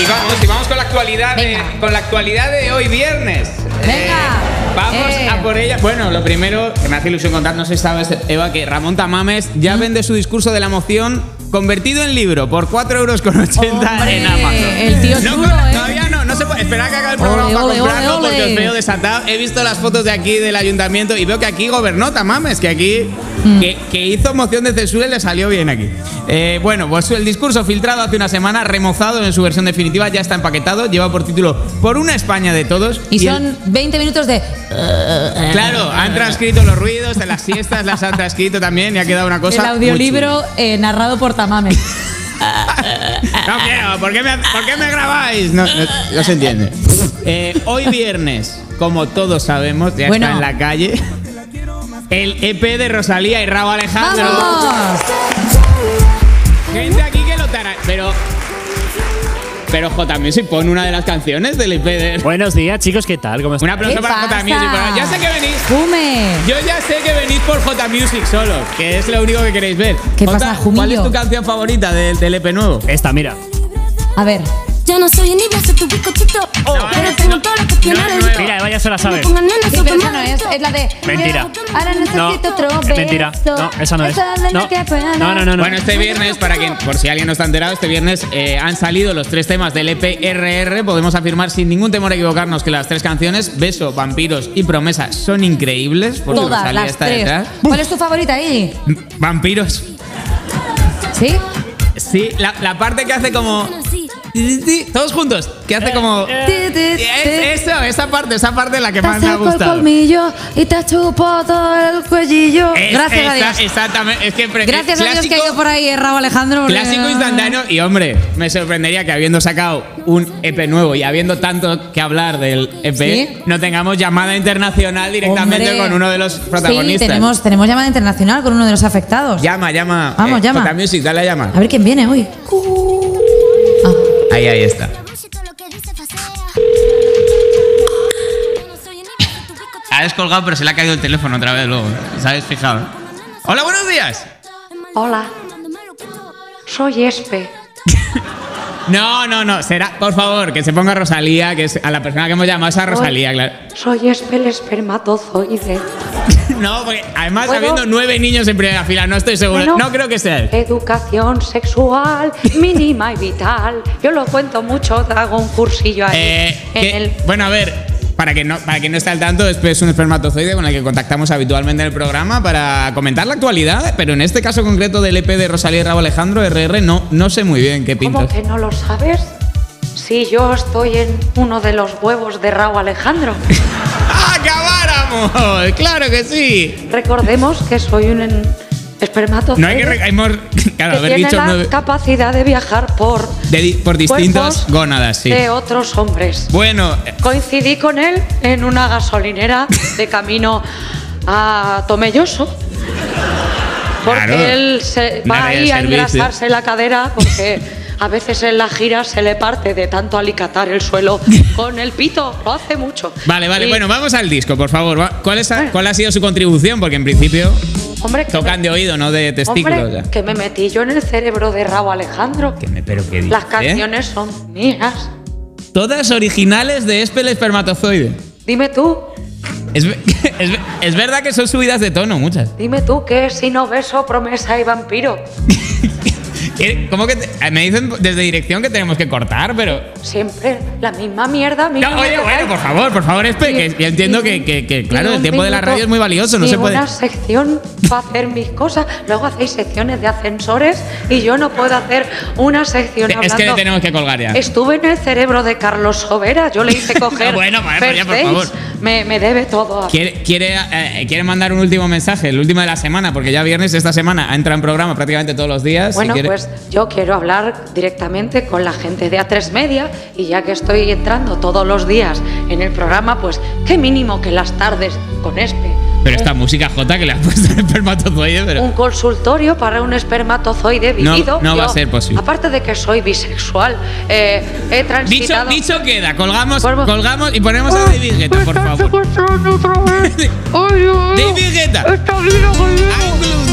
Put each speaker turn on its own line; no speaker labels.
Y vamos, y vamos con la actualidad de,
Venga.
con la actualidad de hoy viernes.
Venga.
vamos
Eh.
a por ella. Bueno, lo primero que me hace ilusión contar, no sé si sabes, Eva, que Ramón Tamames
Mm.
ya vende su discurso de la moción convertido en libro por 4,80 euros
Hombre,
en Amazon.
el tío
no,
chulo,
compra-
¿eh?
Todavía no, no se puede. Espera que haga el
Ole,
programa para
ole, ole,
comprarlo porque
ole.
os veo desatado. He visto las fotos de aquí del ayuntamiento y veo que aquí gobernó Tamames, que aquí
Mm.
que, que hizo moción de censura y le salió bien aquí. Eh, bueno, pues el discurso filtrado hace una semana, remozado en su versión definitiva, ya está empaquetado, lleva por título Por una España de todos.
Y
el-
son 20 minutos de.
claro, han transcrito los ruidos de las siestas, las han transcrito también y ha quedado una cosa.
el
muy chula.
audiolibro eh, narrado por Tamames.
No quiero, ¿por qué me, por qué me grabáis? No, no- no se entiende. Eh, hoy viernes, como todos sabemos, ya
Bueno.
está en la calle. El EP de Rosalía y Rabo Alejandro.
¡Vamos!
Gente aquí que lo tara. Pero. Pero J Music pone una de las canciones del EP de.
Buenos días, chicos, ¿qué tal? ¿Cómo
Un
están?
aplauso
¿Qué
para J Music.
pasa?
pero Ya sé que venís.
¡Fume!
Yo ya sé que venís por J Music solo, que es lo único que queréis ver.
¿Qué
Jota,
pasa,
¿Cuál es
Jumillo?
tu canción favorita del, del EP nuevo?
Esta, mira.
A ver.
Yo no soy envidia, soy tu bizcochito.
Oh.
pero tengo todo lo que tiene
no,
adentro.
Mira, Eva ya se la
No
sabe.
pongan en
Sí,
eso,
pero esa
toma
no es,
esto.
es la de.
Mentira.
Ahora necesito
No,
otro
Es mentira.
beso.
No, esa no es.
de
No,
que pueda.
no, no, no. no.
Bueno, este viernes, para quien, por si alguien no está enterado, este viernes eh, han salido los tres temas del E EPRR. Podemos afirmar sin ningún temor a equivocarnos que las tres canciones, Beso, Vampiros y Promesa, son increíbles. Porque
Todas
Rosalía
las
está
tres.
detrás.
¿Cuál es tu favorita, Iggy?
Vampiros.
¿Sí?
Sí, la, la parte que hace como. Todos juntos, que hace como.
Ti, ti, ti.
Es- eso, esa parte, esa parte es la que
Te
más me ha
saco el
gustado.
colmillo y te chupo todo el cuellillo.
Es-
Gracias a
esa-
Dios.
Exactamente. Es que pre-
Gracias a Dios que ha
clásico-
ido por ahí, eh, Raúl Alejandro. porque-
Clásico instantáneo y hombre, me sorprendería que habiendo sacado un EP nuevo y habiendo tanto que hablar del EP,
Sí.
no tengamos llamada internacional directamente
Hombre.
con uno de los protagonistas.
Sí, tenemos, tenemos llamada internacional con uno de los afectados.
Llama, llama.
Vamos, llama.
Jota Music, dale a llama.
A ver quién viene hoy. Ah,
Ahí, ahí está.
Ah.
Ha descolgado, pero se le ha caído el teléfono otra vez luego. ¿Sabes? Fijado. Hola, buenos días.
Hola, soy Espe.
No, no, no. Será, por favor, que se ponga Rosalía, que es a la persona que hemos llamado es a Rosalía, claro.
Soy Espe el espermatozoide.
No, porque además
¿Puedo?
habiendo nueve niños en primera fila, no estoy seguro.
Bueno.
no creo que sea él.
Educación sexual mínima y vital. Yo lo cuento mucho, hago un cursillo ahí.
Eh,
en
que-
el-
Bueno, a ver, para que no, para que no esté al tanto, Espe es un espermatozoide con el que contactamos habitualmente en el programa para comentar la actualidad, pero en este caso concreto del EP de Rosalía y Rabo Alejandro, RR, no, no sé muy bien qué
¿Cómo
pintas.
que no lo sabes? Si yo estoy en uno de los huevos de Raúl Alejandro.
¡Ah, ¡Acabáramos! ¡Claro que sí!
Recordemos que soy un en- espermatozoide.
No hay que. re- hemos- claro,
que
haber
tiene
dicho
la
nueve-
capacidad de viajar por,
de di- por distintas
cuerpos
gónadas, sí.
de otros hombres.
Bueno, eh,
Coincidí con él en una gasolinera de camino a Tomelloso. Porque
Claro.
él se
Una
va
área de
ahí a
servicio.
engrasarse la cadera porque a veces en la gira se le parte de tanto alicatar el suelo con el pito. Lo hace mucho.
vale, vale.
Y,
Bueno, vamos al disco, por favor. Va- ¿Cuál, es
Bueno.
¿Cuál ha sido su contribución? Porque en principio
hombre, que
tocan
me-
de oído, no de testículos.
hombre,
ya.
que me metí yo en el cerebro de Raúl Alejandro.
Que me- pero qué dices,
Las
¿eh?
canciones son mías.
Todas originales de Espe el espermatozoide.
Dime tú,
Es, ve- es ve- es verdad que son subidas de tono muchas.
dime tú que si no beso, promesa y vampiro.
Eh, ¿Cómo que te- me dicen desde dirección que tenemos que cortar, pero
Siempre la misma mierda.
No,
misma
oye,
mierda.
bueno, por favor, por favor, Espe, que yo entiendo que, que- que, claro, el tiempo de la radio es muy valioso, no se puede.
una sección para hacer mis cosas. Luego hacéis secciones de ascensores y yo no puedo hacer una sección
Es que le
hablando-
tenemos que colgar ya.
Estuve en el cerebro de Carlos Sobera. Yo le hice coger.
Bueno, bueno,
first
ya, por
dates.
favor.
Me, me debe todo. a-
Quiere, quiere, eh, quiere mandar un último mensaje, el último de la semana, porque ya viernes esta semana entra en programa prácticamente todos los días. si
Bueno,
quiere-
pues yo quiero hablar directamente con la gente de A3 Media y ya que estoy entrando todos los días en el programa, pues qué mínimo que las tardes con ESPE.
Pero esta música J que le has puesto el espermatozoide, pero.
un consultorio para un espermatozoide
No-
vivido.
no va a ser posible.
Aparte de que soy bisexual, eh, he
Dicho,
transitado.
dicho queda, colgamos,
Vuelvo.
colgamos y ponemos a David Guetta, por favor. David Guetta.
Esta vida,
Ay,